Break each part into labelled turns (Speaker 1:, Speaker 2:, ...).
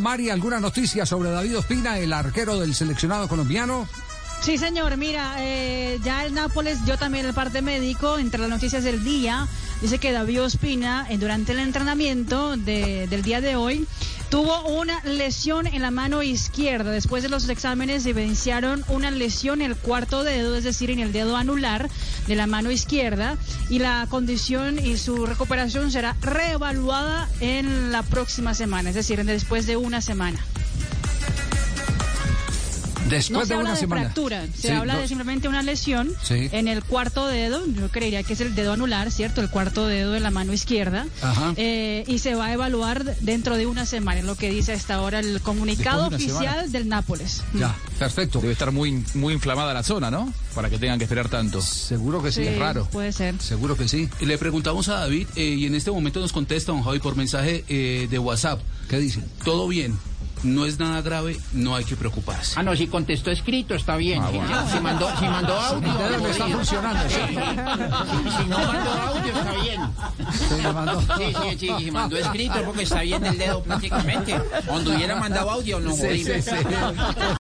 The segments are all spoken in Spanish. Speaker 1: Mari, ¿alguna noticia sobre David Ospina, el arquero del seleccionado colombiano?
Speaker 2: Sí, señor. Mira, eh, ya el Nápoles dio también el parte médico entre las noticias del día. Dice que David Ospina, eh, durante el entrenamiento de- del día de hoy, tuvo una lesión en la mano izquierda. Después de los exámenes evidenciaron una lesión en el cuarto dedo, es decir, en el dedo anular de la mano izquierda. Y la condición y su recuperación será reevaluada en la próxima semana, es decir, en- después de una semana.
Speaker 1: Después
Speaker 2: No se
Speaker 1: de
Speaker 2: habla
Speaker 1: una
Speaker 2: de
Speaker 1: semana.
Speaker 2: fractura,
Speaker 1: Sí,
Speaker 2: se habla
Speaker 1: no-
Speaker 2: de simplemente una lesión
Speaker 1: Sí.
Speaker 2: en el cuarto dedo, yo creería que es el dedo anular, ¿cierto? El cuarto dedo de la mano izquierda.
Speaker 1: Ajá.
Speaker 2: Eh, y se va a evaluar dentro de una semana, es lo que dice hasta ahora el
Speaker 1: Después
Speaker 2: comunicado
Speaker 1: de una semana.
Speaker 2: oficial del Nápoles.
Speaker 1: Ya, perfecto.
Speaker 3: Debe estar muy, muy inflamada la zona, ¿no? Para que tengan que esperar tanto.
Speaker 1: Seguro que sí,
Speaker 2: Sí,
Speaker 1: es raro.
Speaker 2: Puede ser.
Speaker 1: Seguro que sí.
Speaker 4: Y le preguntamos a David eh, y en este momento nos contesta don Javi por mensaje eh, de WhatsApp.
Speaker 1: ¿Qué dicen?
Speaker 4: Todo bien, no es nada grave, no hay que preocuparse.
Speaker 5: Ah, no, si contestó escrito está bien.
Speaker 1: Ah,
Speaker 5: si, si mandó, si mandó audio.
Speaker 1: dedo me está
Speaker 5: jodido.
Speaker 1: funcionando, sí.
Speaker 5: Si, si no mandó audio está bien.
Speaker 1: Se le mandó.
Speaker 5: Sí, sí, sí, si mandó escrito es porque está bien del dedo prácticamente. Cuando hubiera mandado audio no jodimos.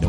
Speaker 6: No